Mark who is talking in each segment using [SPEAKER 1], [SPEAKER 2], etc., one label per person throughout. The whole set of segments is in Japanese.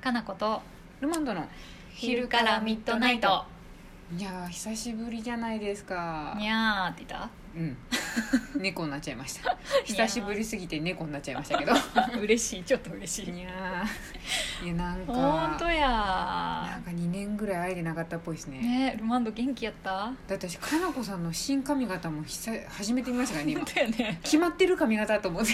[SPEAKER 1] かなこと
[SPEAKER 2] ルマンドの
[SPEAKER 1] 昼からミッドナイト
[SPEAKER 2] いやー久しぶりじゃないですか
[SPEAKER 1] にゃーって言っ
[SPEAKER 2] うん 猫になっちゃいました久しぶりすぎて猫になっちゃいましたけど
[SPEAKER 1] た嬉しいちょっと嬉し
[SPEAKER 2] いやーいやなん
[SPEAKER 1] 本当
[SPEAKER 2] かな
[SPEAKER 1] や
[SPEAKER 2] んか2年ぐらい会えてなかったっぽいですね
[SPEAKER 1] ねルマンド元気やった
[SPEAKER 2] だって私かなこさんの新髪型も久々初めて見ましたからね今
[SPEAKER 1] 本当やね
[SPEAKER 2] 決まってる髪型と思って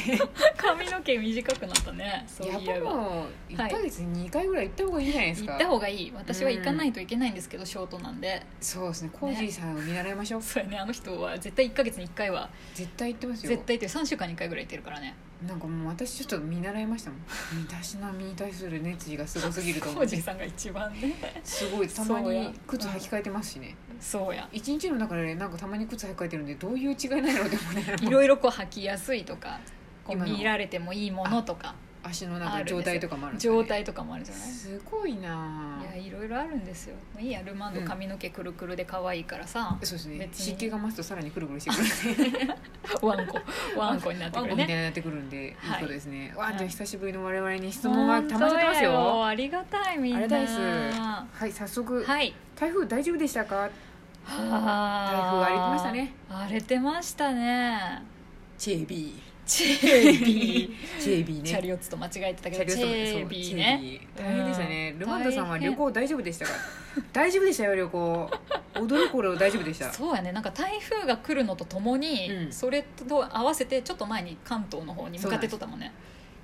[SPEAKER 1] 髪の毛短くなったねそう
[SPEAKER 2] や
[SPEAKER 1] い
[SPEAKER 2] っ
[SPEAKER 1] え
[SPEAKER 2] ぱ
[SPEAKER 1] ば
[SPEAKER 2] もう1ヶ月に2回ぐらい行った方がいいんじゃないですか、
[SPEAKER 1] 行った方がいい私は行かないといけないんですけど、ショートなんで
[SPEAKER 2] そうですねコージーさんを見習いましょう、
[SPEAKER 1] そうやねあの人は絶対1か月に1回は
[SPEAKER 2] 絶対行ってますよ
[SPEAKER 1] 絶対って3週間に1回ぐらい行ってるからね
[SPEAKER 2] なんかもう私ちょっと見習いましたもん身だしなみに対する熱意がすごすぎると思
[SPEAKER 1] コー
[SPEAKER 2] っ
[SPEAKER 1] ジー
[SPEAKER 2] て
[SPEAKER 1] さんが一番ね
[SPEAKER 2] すごいたま
[SPEAKER 1] そうや
[SPEAKER 2] に靴履き替えてますしね
[SPEAKER 1] そうや
[SPEAKER 2] 一日の中でなんかたまに靴履き替えてるんでどういう違いなのって思い ながら
[SPEAKER 1] いろいろこう履きやすいとかこう
[SPEAKER 2] 今の
[SPEAKER 1] 見られてもいいものとか
[SPEAKER 2] 足のなん
[SPEAKER 1] あるん
[SPEAKER 2] か
[SPEAKER 1] ですよ
[SPEAKER 2] 状態とかもあるんですかね
[SPEAKER 1] 状態とかもあるじゃない
[SPEAKER 2] すごいな
[SPEAKER 1] や
[SPEAKER 2] い
[SPEAKER 1] いろいろあるんですよいいやルマンド
[SPEAKER 2] うん
[SPEAKER 1] 髪の毛くるくるで可愛いからさ
[SPEAKER 2] ぁ、そうですね
[SPEAKER 1] 別に
[SPEAKER 2] 湿気が増すとさらにくるくるしてくるんで
[SPEAKER 1] ワンコワンコになって
[SPEAKER 2] ワ
[SPEAKER 1] く
[SPEAKER 2] ンコ
[SPEAKER 1] る
[SPEAKER 2] みたい
[SPEAKER 1] ね
[SPEAKER 2] になってくるんで、
[SPEAKER 1] はい
[SPEAKER 2] い、いことですねわあじゃ
[SPEAKER 1] はい
[SPEAKER 2] あ久しぶりの我々に質問がたまっちゃってます
[SPEAKER 1] 本当や
[SPEAKER 2] よ
[SPEAKER 1] ありがたいみんな
[SPEAKER 2] ありがたいですはい早速、
[SPEAKER 1] はい
[SPEAKER 2] 台風大丈夫でしたか
[SPEAKER 1] 台風
[SPEAKER 2] 風荒れてましたね
[SPEAKER 1] 荒れてましたね
[SPEAKER 2] JB
[SPEAKER 1] チェビ
[SPEAKER 2] JB
[SPEAKER 1] ー
[SPEAKER 2] ね
[SPEAKER 1] チャリオッツと間違えてた
[SPEAKER 2] チャ
[SPEAKER 1] け
[SPEAKER 2] リ
[SPEAKER 1] ど
[SPEAKER 2] オ
[SPEAKER 1] チ
[SPEAKER 2] ッ
[SPEAKER 1] ェ
[SPEAKER 2] トもそう
[SPEAKER 1] ビ
[SPEAKER 2] チ
[SPEAKER 1] ー
[SPEAKER 2] ェ
[SPEAKER 1] ね
[SPEAKER 2] ビー大変でしたね
[SPEAKER 1] うん
[SPEAKER 2] ルマンドさんは
[SPEAKER 1] 大変
[SPEAKER 2] 旅行大丈夫でしたか 大丈夫でしたよ旅行驚くこれを大丈夫でした
[SPEAKER 1] そうやねなんか台風が来るのとともに、
[SPEAKER 2] うん
[SPEAKER 1] それと合わせてちょっと前に関東の方に向かってとったもんね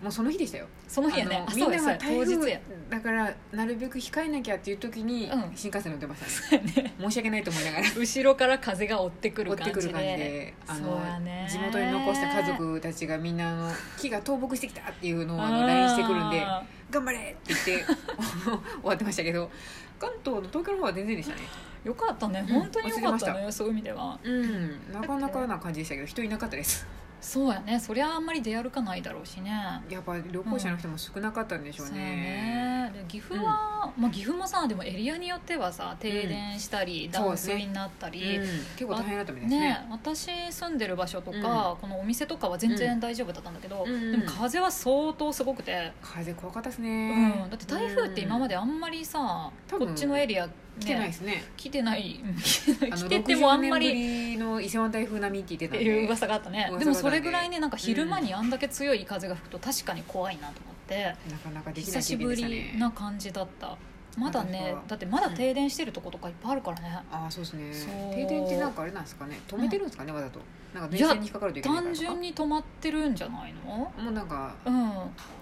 [SPEAKER 2] もうその日でしたよ
[SPEAKER 1] その日やね
[SPEAKER 2] あの
[SPEAKER 1] あ
[SPEAKER 2] み
[SPEAKER 1] そ
[SPEAKER 2] ん
[SPEAKER 1] うや
[SPEAKER 2] な
[SPEAKER 1] そう
[SPEAKER 2] が
[SPEAKER 1] や
[SPEAKER 2] 台
[SPEAKER 1] 当日
[SPEAKER 2] 風
[SPEAKER 1] や
[SPEAKER 2] だからなるべく控えなきゃっていう時に
[SPEAKER 1] うん
[SPEAKER 2] 新幹線乗ってました
[SPEAKER 1] そうやね
[SPEAKER 2] ね申し訳ないと思いながら
[SPEAKER 1] 後ろから風が追ってく
[SPEAKER 2] 追
[SPEAKER 1] る
[SPEAKER 2] って
[SPEAKER 1] 感
[SPEAKER 2] く
[SPEAKER 1] じ
[SPEAKER 2] る
[SPEAKER 1] で
[SPEAKER 2] 感じであ
[SPEAKER 1] そう
[SPEAKER 2] の
[SPEAKER 1] やね
[SPEAKER 2] 地元に残した家族たちがみんなあの木が倒木してきたっていうのをあの LINE してくるんで
[SPEAKER 1] あ
[SPEAKER 2] 「頑張れ!」って言って 終わってましたけど関東の東京の方は全然でしたね
[SPEAKER 1] ーよかったね
[SPEAKER 2] うん
[SPEAKER 1] 本当によかっ
[SPEAKER 2] 忘れ
[SPEAKER 1] た
[SPEAKER 2] ま
[SPEAKER 1] ね、そういう意味では
[SPEAKER 2] うんなかなかな感じでしたけど人いなかったです
[SPEAKER 1] そうやねそりゃあんまり出歩かないだろうしね
[SPEAKER 2] やっぱ旅行者の人も少なかったんでしょう
[SPEAKER 1] そうや
[SPEAKER 2] ね。
[SPEAKER 1] ねで岐阜は、まあ、岐阜もさでもエリアによってはさ停電したり、
[SPEAKER 2] ん
[SPEAKER 1] 断
[SPEAKER 2] そう
[SPEAKER 1] 水
[SPEAKER 2] ね
[SPEAKER 1] になったり、
[SPEAKER 2] うん結構大変だったみたいですね。
[SPEAKER 1] ね、私住んでる場所とか、このお店とかは全然大丈夫だったんだけど、
[SPEAKER 2] うん
[SPEAKER 1] でも風は相当すごくて、
[SPEAKER 2] 風怖かったです
[SPEAKER 1] うん
[SPEAKER 2] ね、
[SPEAKER 1] だって台風って今まであんまりさ、
[SPEAKER 2] 多
[SPEAKER 1] こ
[SPEAKER 2] 分
[SPEAKER 1] っちのエリア、ね、
[SPEAKER 2] 来てないですね。
[SPEAKER 1] 来てない うん来てない
[SPEAKER 2] あ
[SPEAKER 1] 来
[SPEAKER 2] の
[SPEAKER 1] て
[SPEAKER 2] 六
[SPEAKER 1] て
[SPEAKER 2] 十
[SPEAKER 1] もあん
[SPEAKER 2] 年
[SPEAKER 1] ま
[SPEAKER 2] ぶ
[SPEAKER 1] り
[SPEAKER 2] りの伊勢湾台風並みって言っ
[SPEAKER 1] って
[SPEAKER 2] てたん
[SPEAKER 1] いう
[SPEAKER 2] で。
[SPEAKER 1] 噂があったね
[SPEAKER 2] 噂
[SPEAKER 1] でもそれぐらいねなんか
[SPEAKER 2] うん
[SPEAKER 1] 昼間にあんだけ強い風が吹くと確かに怖いなと思って、
[SPEAKER 2] なかなかできな
[SPEAKER 1] 久
[SPEAKER 2] い
[SPEAKER 1] し
[SPEAKER 2] 経
[SPEAKER 1] ぶ
[SPEAKER 2] 験でした
[SPEAKER 1] り
[SPEAKER 2] ね
[SPEAKER 1] な。感じだったまだ
[SPEAKER 2] 私
[SPEAKER 1] ね
[SPEAKER 2] は
[SPEAKER 1] だってまだ停電してるとことかいっぱいあるからね、
[SPEAKER 2] ああそうですね
[SPEAKER 1] そう。
[SPEAKER 2] 停電ってなんかあれなんですかね。止めてるんですかね、わざと。なんか電
[SPEAKER 1] いや
[SPEAKER 2] 線に引っかかるといけないから
[SPEAKER 1] 単
[SPEAKER 2] とか。
[SPEAKER 1] 純に止まってるんじゃないの
[SPEAKER 2] もうなんか
[SPEAKER 1] うん、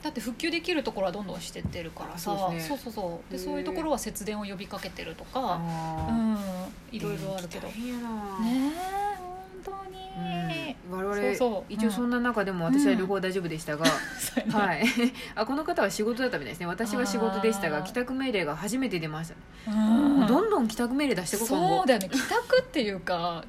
[SPEAKER 1] だって復旧できるところはどんどんしてってるからさ
[SPEAKER 2] あ
[SPEAKER 1] そ,、
[SPEAKER 2] そううです
[SPEAKER 1] そ
[SPEAKER 2] ね
[SPEAKER 1] うそうで
[SPEAKER 2] へー
[SPEAKER 1] そういうところは節電を呼びかけてるとか、う
[SPEAKER 2] あ
[SPEAKER 1] ん、
[SPEAKER 2] ー
[SPEAKER 1] いろいろあるけどね
[SPEAKER 2] 電気大変やな。
[SPEAKER 1] え本当に、
[SPEAKER 2] うん、我々
[SPEAKER 1] そうそう
[SPEAKER 2] 一応そんな中でも私は旅行大丈夫 でしたが、
[SPEAKER 1] そうやね
[SPEAKER 2] はい あこの方は仕事だったみたいですね私は仕事でした
[SPEAKER 1] あ
[SPEAKER 2] が
[SPEAKER 1] ー
[SPEAKER 2] 帰宅命令が初めて出まし
[SPEAKER 1] う
[SPEAKER 2] た、
[SPEAKER 1] ん
[SPEAKER 2] どんどん帰宅命令出してこ今
[SPEAKER 1] そ
[SPEAKER 2] 後
[SPEAKER 1] うだよね帰宅っていうか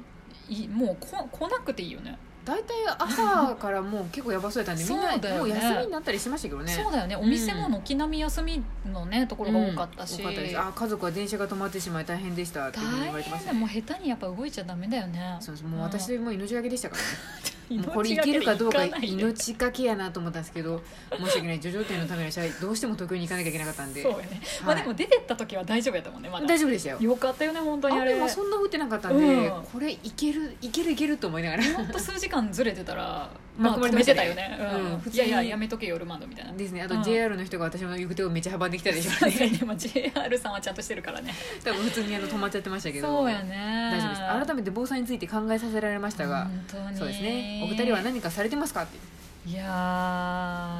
[SPEAKER 1] いもうこ来なくていいよね
[SPEAKER 2] 大体朝からもう結構やばそうやったんでみんな
[SPEAKER 1] そうだよね
[SPEAKER 2] もう休みになったりしましたけどね
[SPEAKER 1] そうだよねお店も軒並み休みのねところが多かったし、
[SPEAKER 2] うん多かったですあ家族は電車が止まってしまい大変でしたっていうふうに言わ
[SPEAKER 1] 大
[SPEAKER 2] れてまし
[SPEAKER 1] 変だ
[SPEAKER 2] たね
[SPEAKER 1] もう下手にやっぱ動いちゃダメだよね
[SPEAKER 2] そうですもう私もう命がけでしたか らね
[SPEAKER 1] うん
[SPEAKER 2] もうこれいけるかどうか
[SPEAKER 1] 命がけで行かないで
[SPEAKER 2] 命がけやなと思ったんですけど申し訳ない叙々店のための試合どうしても東京に行かなきゃいけなかったんで
[SPEAKER 1] そうよね、まあで
[SPEAKER 2] は
[SPEAKER 1] も出てった時は大丈夫やったもんねまだ
[SPEAKER 2] 大丈夫でしたよ
[SPEAKER 1] よかったよね本当にあ
[SPEAKER 2] あ
[SPEAKER 1] れ
[SPEAKER 2] でも
[SPEAKER 1] ほ
[SPEAKER 2] そんな降ってなかったんで、
[SPEAKER 1] うん
[SPEAKER 2] これいけるいけるいけると思いながら
[SPEAKER 1] んと数時間ずれてたらま
[SPEAKER 2] ま
[SPEAKER 1] あ
[SPEAKER 2] と
[SPEAKER 1] 止
[SPEAKER 2] まりま
[SPEAKER 1] め
[SPEAKER 2] した
[SPEAKER 1] て
[SPEAKER 2] ね
[SPEAKER 1] たよね、うん
[SPEAKER 2] うん普通
[SPEAKER 1] い
[SPEAKER 2] に
[SPEAKER 1] やいややめとけ夜窓みたいな
[SPEAKER 2] ですねあ
[SPEAKER 1] う
[SPEAKER 2] と
[SPEAKER 1] ん
[SPEAKER 2] JR の人が私の行く手をめっちゃ阻んできたでしょ うね
[SPEAKER 1] でも JR さんはちゃんとしてるからね
[SPEAKER 2] 多分普通にあの止まっちゃってましたけど
[SPEAKER 1] そうやね
[SPEAKER 2] 大丈夫です
[SPEAKER 1] め
[SPEAKER 2] 改めて防災について考えさせられましたが
[SPEAKER 1] 本当に
[SPEAKER 2] そうですねお二人は何かされてますかって
[SPEAKER 1] いや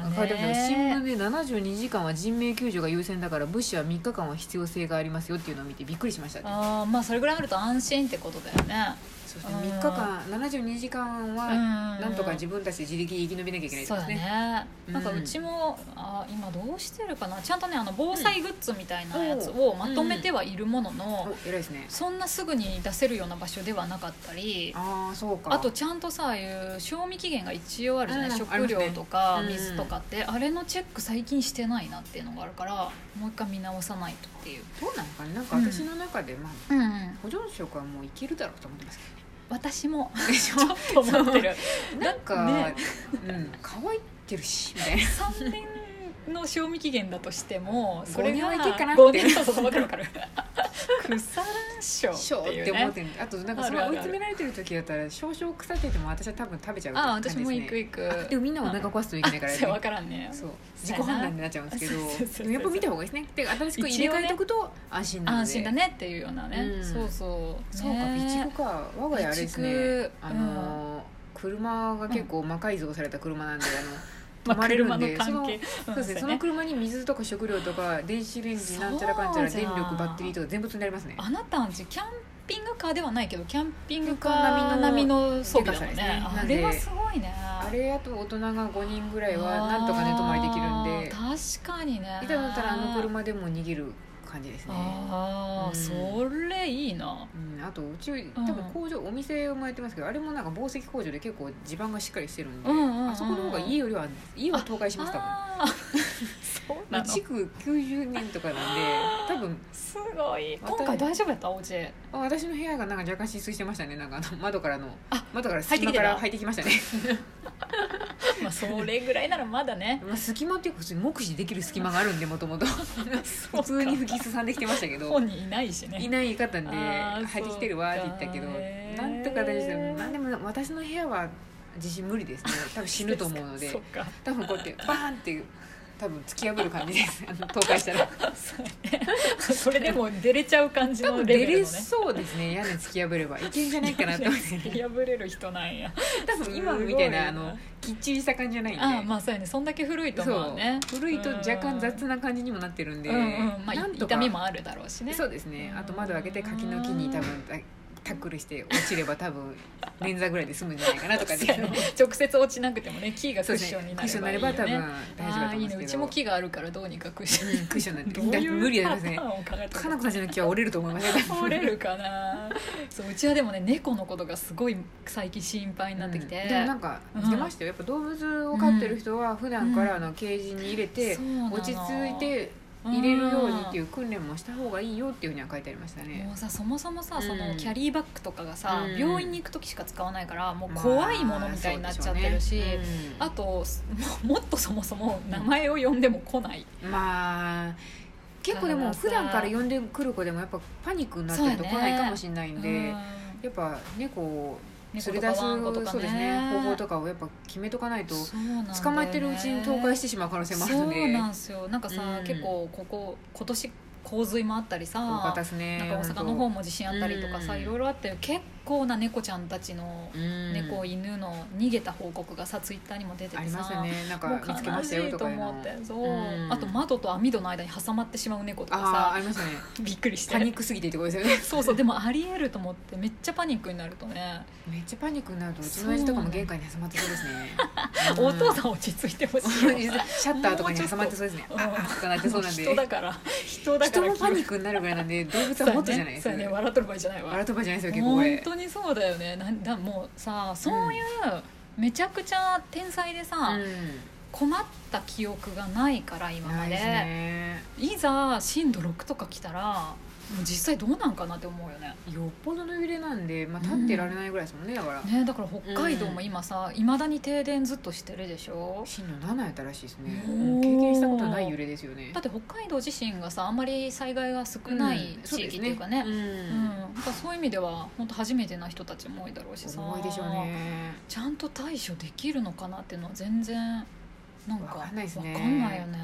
[SPEAKER 1] ーね
[SPEAKER 2] 書いてあるのが新聞で72時間は人命救助が優先だから物資は3日間は必要性がありますよっていうのを見てびっくりしましたって
[SPEAKER 1] あーまあそれぐらいあると安心ってことだよね
[SPEAKER 2] そうですね3日間72時間は
[SPEAKER 1] ん
[SPEAKER 2] なんとか自分たちで自力で生き延びなきゃいけないで
[SPEAKER 1] そう
[SPEAKER 2] す
[SPEAKER 1] だ
[SPEAKER 2] ね
[SPEAKER 1] ね、
[SPEAKER 2] うん
[SPEAKER 1] なんかうちもあ今どうしてるかなちゃんとねあの防災グッズみたいなやつをまとめてはいるものの、
[SPEAKER 2] お偉いですね
[SPEAKER 1] そんなすぐに出せるような場所ではなかったり
[SPEAKER 2] ああそうか
[SPEAKER 1] あとちゃんとさああいう賞味期限が一応あるじゃない、
[SPEAKER 2] うんあり
[SPEAKER 1] 食
[SPEAKER 2] ます
[SPEAKER 1] 料
[SPEAKER 2] ね
[SPEAKER 1] とか
[SPEAKER 2] うん
[SPEAKER 1] 水とかって、あれのチェック最近してないなっていうのがあるからもう一回見直さないとっていう、
[SPEAKER 2] どうなのかねなんか私の中で、まあ
[SPEAKER 1] うんうん、
[SPEAKER 2] 保存食はもういけるだろうと思ってますけ
[SPEAKER 1] 私も
[SPEAKER 2] どねでし
[SPEAKER 1] ちょっと思ってる
[SPEAKER 2] なんか、
[SPEAKER 1] ね
[SPEAKER 2] うん乾いてるしみたいな
[SPEAKER 1] 3年の賞味期限だとしてもそれが
[SPEAKER 2] 5年はいけっかな
[SPEAKER 1] 5年そうそうそうわかる わかる腐らんしょ
[SPEAKER 2] ショ
[SPEAKER 1] って
[SPEAKER 2] ー
[SPEAKER 1] い
[SPEAKER 2] っ
[SPEAKER 1] う
[SPEAKER 2] て思
[SPEAKER 1] ね
[SPEAKER 2] ってるあとなんかそれ
[SPEAKER 1] あるあるあ
[SPEAKER 2] 追
[SPEAKER 1] る
[SPEAKER 2] い詰められてる時だったら少々腐ってても私は多分食べちゃう
[SPEAKER 1] ああ
[SPEAKER 2] 感じ
[SPEAKER 1] 私
[SPEAKER 2] ですね
[SPEAKER 1] も行く行く
[SPEAKER 2] あでもみんなお腹壊すといけないから
[SPEAKER 1] それ分
[SPEAKER 2] ね
[SPEAKER 1] からんね
[SPEAKER 2] そう
[SPEAKER 1] そ
[SPEAKER 2] 自
[SPEAKER 1] うや
[SPEAKER 2] 己
[SPEAKER 1] な
[SPEAKER 2] 判断になっちゃうんですけ
[SPEAKER 1] そうそうそうそう
[SPEAKER 2] どでもやっぱ見た方がいいですねで新しく入れ替えておくと安心なので
[SPEAKER 1] 安心だねっていうようなね、
[SPEAKER 2] うん
[SPEAKER 1] そうそう
[SPEAKER 2] そうか備
[SPEAKER 1] ね
[SPEAKER 2] 蓄か我が家あれですね
[SPEAKER 1] 備蓄
[SPEAKER 2] あのー車が結構魔改造された車なんであ
[SPEAKER 1] まあ
[SPEAKER 2] の止まれる
[SPEAKER 1] 車
[SPEAKER 2] ん
[SPEAKER 1] の
[SPEAKER 2] でそ
[SPEAKER 1] 関
[SPEAKER 2] の
[SPEAKER 1] 係
[SPEAKER 2] そうですねその車に水とか食料とか電子レンジなんちゃらかんちゃら
[SPEAKER 1] そう
[SPEAKER 2] 電
[SPEAKER 1] じゃん
[SPEAKER 2] 力バッテリーとか全部積んでありますね
[SPEAKER 1] あなたんちキャンピングカーではないけどキャンピングカ
[SPEAKER 2] キャンピングカ
[SPEAKER 1] ー並
[SPEAKER 2] ー並
[SPEAKER 1] み
[SPEAKER 2] み
[SPEAKER 1] の装備だもん
[SPEAKER 2] でかさで
[SPEAKER 1] ね
[SPEAKER 2] すね
[SPEAKER 1] あれはすごいね
[SPEAKER 2] あれやと大人が5人ぐらいはなんとか寝泊まりできるんで
[SPEAKER 1] あー確かにね
[SPEAKER 2] いただったらあの車でも逃げる感じですね
[SPEAKER 1] ああ、
[SPEAKER 2] う
[SPEAKER 1] それいいな
[SPEAKER 2] うん、あとうち多分工場、お店もやってますけどあれもなんか紡績工場で結構地盤がしっかりしてるんで、
[SPEAKER 1] うんうんうん
[SPEAKER 2] あそこの方が家よりは家を倒壊します多分
[SPEAKER 1] あー そうなの
[SPEAKER 2] 築90年とかなんで多分
[SPEAKER 1] すごい
[SPEAKER 2] また
[SPEAKER 1] 今回大丈夫やったお家
[SPEAKER 2] あ私の部屋がなんか若干浸水してましたねなんかあの窓からの
[SPEAKER 1] あ
[SPEAKER 2] 窓から
[SPEAKER 1] 入ってき
[SPEAKER 2] 隙間
[SPEAKER 1] て
[SPEAKER 2] か
[SPEAKER 1] た
[SPEAKER 2] ら入ってきましたね
[SPEAKER 1] まあそれぐらいならまだね
[SPEAKER 2] まあ隙間っていうか普通に目視できる隙間があるんでもともと 普通に吹きすさんできてましたけど
[SPEAKER 1] 本人いないしね
[SPEAKER 2] いないかったんで
[SPEAKER 1] あー
[SPEAKER 2] 入ってきてるわって言ったけど
[SPEAKER 1] そうかへー
[SPEAKER 2] なんとか大丈夫ですまあでも私の部屋は地震無理ですね多分死ぬと思うので
[SPEAKER 1] そっか
[SPEAKER 2] 多分こうやってバーンっていう多分突き破る感じです あの倒壊したら
[SPEAKER 1] それでも出れちゃう感じ
[SPEAKER 2] 多
[SPEAKER 1] のレ
[SPEAKER 2] 分
[SPEAKER 1] ベ
[SPEAKER 2] 出
[SPEAKER 1] ル
[SPEAKER 2] れ
[SPEAKER 1] のね
[SPEAKER 2] そうですね屋根突き破ればいけんじゃないかなと 思って
[SPEAKER 1] 突き破れる人なんや
[SPEAKER 2] 多分今みたいなあ
[SPEAKER 1] すごいな
[SPEAKER 2] のきっちりした感じじゃないんで
[SPEAKER 1] ああまあそうやねそんだけ古いと思うね
[SPEAKER 2] そう古いと若干雑な感じにもなってるんで、
[SPEAKER 1] うんうんまあ
[SPEAKER 2] なんとか
[SPEAKER 1] 痛みもあるだろうしね
[SPEAKER 2] そうですねあと窓開けて柿の木に多分 タタックルして落ちれば多分捻挫ぐらいで済むんじゃないかなとかで
[SPEAKER 1] そうやね直接落ちなくてもね木がク
[SPEAKER 2] そう
[SPEAKER 1] ッ
[SPEAKER 2] です
[SPEAKER 1] ショ
[SPEAKER 2] ね
[SPEAKER 1] ンに
[SPEAKER 2] クッションに
[SPEAKER 1] な
[SPEAKER 2] な
[SPEAKER 1] れ
[SPEAKER 2] れ
[SPEAKER 1] ばい
[SPEAKER 2] ば
[SPEAKER 1] い
[SPEAKER 2] 多
[SPEAKER 1] よ
[SPEAKER 2] 分
[SPEAKER 1] ね
[SPEAKER 2] 大丈夫だ
[SPEAKER 1] ああ
[SPEAKER 2] と
[SPEAKER 1] いいね
[SPEAKER 2] 思うん
[SPEAKER 1] う
[SPEAKER 2] です
[SPEAKER 1] ち
[SPEAKER 2] けど
[SPEAKER 1] も木があるからどうにかクッション
[SPEAKER 2] うんクッションなん て
[SPEAKER 1] どういう
[SPEAKER 2] 無理やりますね
[SPEAKER 1] パターンを考えた
[SPEAKER 2] かな
[SPEAKER 1] の
[SPEAKER 2] こさんじゃなきゃ折れると思いません か
[SPEAKER 1] 折れるかなそううちはでもね猫のことがすごい最近心配になってきて、
[SPEAKER 2] うんでもなんか
[SPEAKER 1] うん
[SPEAKER 2] 出ましたよやっぱ動物を飼ってる人は普段からあのケージに入れて
[SPEAKER 1] そうなの
[SPEAKER 2] 落ち着いて入れるようにっていう訓練もした方がいいよっていうふうには書いてありましたね
[SPEAKER 1] もうさそもそもさ、
[SPEAKER 2] うん
[SPEAKER 1] そのキャリーバッグとかがさ、
[SPEAKER 2] うん
[SPEAKER 1] 病院に行く時しか使わないからもう怖いものみたいになっちゃってるし、あともうもっとそもそも名前を呼んでも来ない、
[SPEAKER 2] まあ結構でも普段から呼んでくる子でもやっぱパニックになってると来ないかもしれないんで、
[SPEAKER 1] うん
[SPEAKER 2] やっぱ猫を
[SPEAKER 1] 猫
[SPEAKER 2] 連
[SPEAKER 1] と
[SPEAKER 2] れ
[SPEAKER 1] か
[SPEAKER 2] 出す
[SPEAKER 1] ワンコとか
[SPEAKER 2] そうですね方法と
[SPEAKER 1] か
[SPEAKER 2] かをやっぱ決めとかないと
[SPEAKER 1] そうなんだよね
[SPEAKER 2] 捕まえてるうちに倒壊してしまう可能性もあるので
[SPEAKER 1] そうなんですよなんかさ、
[SPEAKER 2] うん
[SPEAKER 1] 結構ここ今年洪水もあったり
[SPEAKER 2] 多か
[SPEAKER 1] さ
[SPEAKER 2] ったですね
[SPEAKER 1] なんか大阪の方も地震あったりとかさ、
[SPEAKER 2] うん
[SPEAKER 1] いろいろあって結構な猫ちゃんたちの
[SPEAKER 2] うん
[SPEAKER 1] 猫、犬の逃げた報告がさツイッターにも出ててさ
[SPEAKER 2] ありましたねなん
[SPEAKER 1] もう
[SPEAKER 2] か見つけま
[SPEAKER 1] 悲
[SPEAKER 2] し
[SPEAKER 1] した
[SPEAKER 2] よ
[SPEAKER 1] い
[SPEAKER 2] と
[SPEAKER 1] と
[SPEAKER 2] かいう
[SPEAKER 1] 思
[SPEAKER 2] の
[SPEAKER 1] ってそう、
[SPEAKER 2] うん
[SPEAKER 1] あと窓と網戸の間に挟まってしまう猫とか
[SPEAKER 2] ああ
[SPEAKER 1] さ
[SPEAKER 2] あり ましたね
[SPEAKER 1] びっくりして
[SPEAKER 2] パニックすぎてってことですよね
[SPEAKER 1] そうそうでもありえると思ってめっちゃパニックになるとね、
[SPEAKER 2] めっちゃパニックになるとうちの親父とかも玄関に挟まってそうですね
[SPEAKER 1] お父
[SPEAKER 2] ん
[SPEAKER 1] さん落ち着いてほしいよ
[SPEAKER 2] シャッターとかに挟まってそうですね
[SPEAKER 1] もうちょっ
[SPEAKER 2] あ
[SPEAKER 1] と
[SPEAKER 2] あとかなってそうなんで
[SPEAKER 1] 人だから人だか
[SPEAKER 2] 人
[SPEAKER 1] ら
[SPEAKER 2] もパニックになるぐら いなんで動物
[SPEAKER 1] そうや
[SPEAKER 2] は
[SPEAKER 1] ね
[SPEAKER 2] もっとじゃないです
[SPEAKER 1] そう
[SPEAKER 2] か、
[SPEAKER 1] やね笑っとる場合じゃないわ
[SPEAKER 2] 笑うとばじゃないですよ結構こ
[SPEAKER 1] 本
[SPEAKER 2] れ
[SPEAKER 1] 当にそうだよねなんだもうさそういうめちゃくちゃ天才でさ、
[SPEAKER 2] う
[SPEAKER 1] 困った記憶がないから今
[SPEAKER 2] ん、な
[SPEAKER 1] ま
[SPEAKER 2] い
[SPEAKER 1] で、
[SPEAKER 2] ですね
[SPEAKER 1] いざ震度6とか来たらもう実際どうなんかなって思うよね
[SPEAKER 2] よっぽどの揺れなんで、まあ、立ってられないぐらいですもんねだから、
[SPEAKER 1] ねだから北海道も今さいま、未だに停電ずっとしてるでしょ
[SPEAKER 2] 震度7やったらしいですね
[SPEAKER 1] おー
[SPEAKER 2] うん経験したことない揺れですよね
[SPEAKER 1] だって北海道自身がさあんまり災害が少ない地域っていうかね,、
[SPEAKER 2] うん
[SPEAKER 1] うんなんかそういう意味では本当初めてな人たちも多いだろうしさ
[SPEAKER 2] 重いでしょうね
[SPEAKER 1] ちゃんと対処できるのかなっていうのは全然なんか
[SPEAKER 2] わかんないですね
[SPEAKER 1] わかんないよね、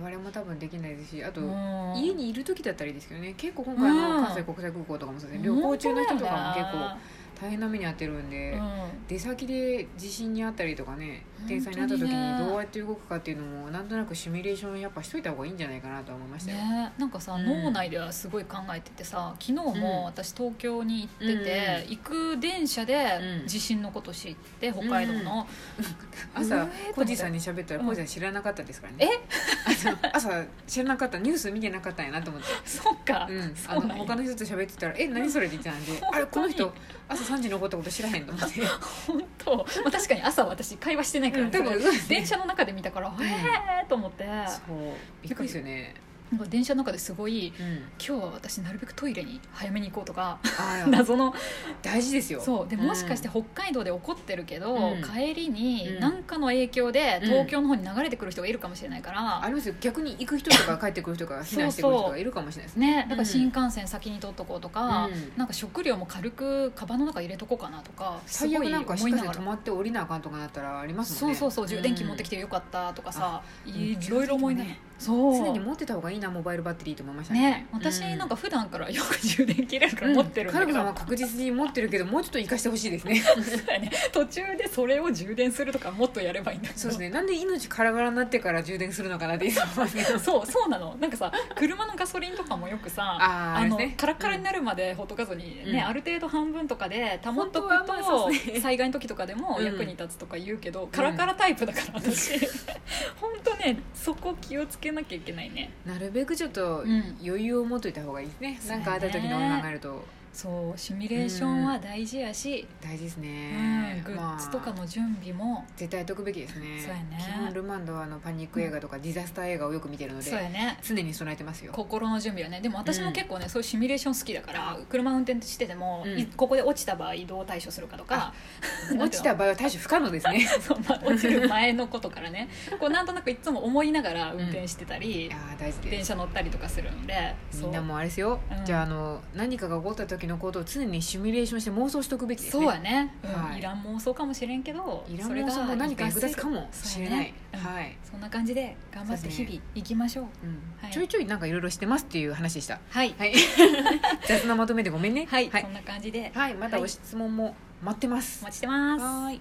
[SPEAKER 2] 我々も多分できないですしあと、
[SPEAKER 1] うん、
[SPEAKER 2] 家にいる時だったらいいですけどね結構今回の関西国際空港とかもそうですね、旅行中の人とかも結構大変な目に遭ってるんで、
[SPEAKER 1] 本当だよね、
[SPEAKER 2] 出先で地震にあったりとかね
[SPEAKER 1] 本当にね
[SPEAKER 2] 天災にあった時にどうやって動くかっていうのもなんとなくシミュレーションやっぱしといた方がいいんじゃないかなとは思いましたよ、
[SPEAKER 1] ね、なんかさ、
[SPEAKER 2] うん
[SPEAKER 1] 脳内ではすごい考えててさ昨日
[SPEAKER 2] うん
[SPEAKER 1] も私東京に行ってて、行く電車で
[SPEAKER 2] うん
[SPEAKER 1] 地震のこと知って北海道の、
[SPEAKER 2] 朝
[SPEAKER 1] うえー
[SPEAKER 2] コジさんに喋ったら
[SPEAKER 1] うん
[SPEAKER 2] コジさん知らなかったですからね
[SPEAKER 1] え
[SPEAKER 2] あの朝知らなかったニュース見てなかったんやなと思って、
[SPEAKER 1] そっか、
[SPEAKER 2] うん、
[SPEAKER 1] そ
[SPEAKER 2] あの
[SPEAKER 1] うなんや
[SPEAKER 2] 他の人と喋ってたら「え何それ?」って言ってたんで
[SPEAKER 1] 本
[SPEAKER 2] 「
[SPEAKER 1] 当に
[SPEAKER 2] あれこの人朝3時に起こったこと知らへん」と思って
[SPEAKER 1] 本当、まあ、確かに朝私会話してないから、
[SPEAKER 2] うん多分
[SPEAKER 1] それ電車の中で見たから、
[SPEAKER 2] ん
[SPEAKER 1] へえと思って
[SPEAKER 2] そうびっくりですよね
[SPEAKER 1] なんか電車の中ですごい
[SPEAKER 2] うん、
[SPEAKER 1] 今日は私なるべくトイレに早めに行こうとか
[SPEAKER 2] あー
[SPEAKER 1] 謎の
[SPEAKER 2] 大事ですよ
[SPEAKER 1] そうで
[SPEAKER 2] うん
[SPEAKER 1] もしかして北海道で起こってるけど、
[SPEAKER 2] うん
[SPEAKER 1] 帰り
[SPEAKER 2] うん
[SPEAKER 1] に何かの影響で
[SPEAKER 2] うん
[SPEAKER 1] 東京の方に流れてくる人がいるかもしれないから、
[SPEAKER 2] ありますよ逆に行く人とか帰ってくる人とか避難してくる人がいるかもしれないですね
[SPEAKER 1] ね、だから新幹線先に取っとこうとか、
[SPEAKER 2] うん
[SPEAKER 1] なんか食料も軽くカバンの中入れとこうかなとかす
[SPEAKER 2] 最
[SPEAKER 1] ご
[SPEAKER 2] 悪
[SPEAKER 1] い
[SPEAKER 2] なんか
[SPEAKER 1] 思
[SPEAKER 2] 新
[SPEAKER 1] い
[SPEAKER 2] 幹
[SPEAKER 1] な
[SPEAKER 2] 線
[SPEAKER 1] がら。
[SPEAKER 2] 止まって降りなあかんとかなったらあります
[SPEAKER 1] そ
[SPEAKER 2] もん
[SPEAKER 1] う
[SPEAKER 2] ね
[SPEAKER 1] そうそう充電器持ってきてよかったとかさ、いろいろ思いながら、
[SPEAKER 2] ね
[SPEAKER 1] そう
[SPEAKER 2] 常に持ってた方がいいなモバイルバッテリーと思いました
[SPEAKER 1] ね私なんか普段からよく充電切れるから持ってるんだ
[SPEAKER 2] カル
[SPEAKER 1] け
[SPEAKER 2] コ
[SPEAKER 1] ど、
[SPEAKER 2] さんは確実に持ってるけどもうちょっと生かしてほしいですね
[SPEAKER 1] そうだね途中でそれを充電するとかもっとやればいいんだけど
[SPEAKER 2] そうですねなんで命カラカラになってから充電するのかなっていつも思いますけど
[SPEAKER 1] そうそうなのなんかさ車のガソリンとかもよくさ
[SPEAKER 2] あーあれ
[SPEAKER 1] の
[SPEAKER 2] ですね
[SPEAKER 1] カラッカラになるまでほっとかずに、
[SPEAKER 2] うん
[SPEAKER 1] ねある程度半分とかで保っとく
[SPEAKER 2] 本当はまあそ
[SPEAKER 1] と
[SPEAKER 2] うですね
[SPEAKER 1] 災害の時とかでも
[SPEAKER 2] うん
[SPEAKER 1] 役に立つとか言うけど、カラカラタイプだから私 本当ねそこ気をつけなきゃいけないね
[SPEAKER 2] なるべくちょっと
[SPEAKER 1] うん
[SPEAKER 2] 余裕を持っといた方がいいですね
[SPEAKER 1] そう
[SPEAKER 2] な
[SPEAKER 1] ね
[SPEAKER 2] んかあった時のこと考えると
[SPEAKER 1] そうシミュレーションは大事やし、
[SPEAKER 2] 大事です
[SPEAKER 1] うん
[SPEAKER 2] ね
[SPEAKER 1] グ
[SPEAKER 2] まあ
[SPEAKER 1] ッズとかの準備も、
[SPEAKER 2] 絶対やっとくべきですね
[SPEAKER 1] そうやね
[SPEAKER 2] 基本ルマンドはあのパニック映画とかディザスター映画をよく見てるの
[SPEAKER 1] そうや
[SPEAKER 2] で
[SPEAKER 1] ね
[SPEAKER 2] 常に備えてますよ
[SPEAKER 1] 心の準備はねでも私も結構ね、そういうシミュレーション好きだから車運転してても、
[SPEAKER 2] うん
[SPEAKER 1] いここで落ちた場合どう対処するかとか なんていうの
[SPEAKER 2] 落ちた場合は対処不可能ですね
[SPEAKER 1] そう まあ、落ちる前のことからねこうなんとなくいつも思いながら運転してたり、
[SPEAKER 2] ああ大事です
[SPEAKER 1] 電車乗ったりとかするんで
[SPEAKER 2] みんなもうあれですよ、
[SPEAKER 1] うん
[SPEAKER 2] じゃああの何かが起こった時のことを常にシミュレーションして妄想しておくべきです
[SPEAKER 1] そ
[SPEAKER 2] ね
[SPEAKER 1] うそうやね、うん
[SPEAKER 2] はい
[SPEAKER 1] い、らん妄想かもしれんけど
[SPEAKER 2] いらん
[SPEAKER 1] それ
[SPEAKER 2] 妄
[SPEAKER 1] が
[SPEAKER 2] 想も何か役立つかもし
[SPEAKER 1] そう
[SPEAKER 2] れ
[SPEAKER 1] や
[SPEAKER 2] ない、
[SPEAKER 1] ねうん
[SPEAKER 2] はい、
[SPEAKER 1] そんな感じで頑張って日
[SPEAKER 2] そうですね
[SPEAKER 1] 々いきましょう
[SPEAKER 2] うん
[SPEAKER 1] はい
[SPEAKER 2] ちょいちょいなんかいろいろしてますっていう話でした
[SPEAKER 1] はい
[SPEAKER 2] はい雑なまとめでごめんね
[SPEAKER 1] はい、
[SPEAKER 2] はい
[SPEAKER 1] そんな感じで
[SPEAKER 2] はいまたご質問も待ってます、
[SPEAKER 1] お待ちしてます
[SPEAKER 2] はーい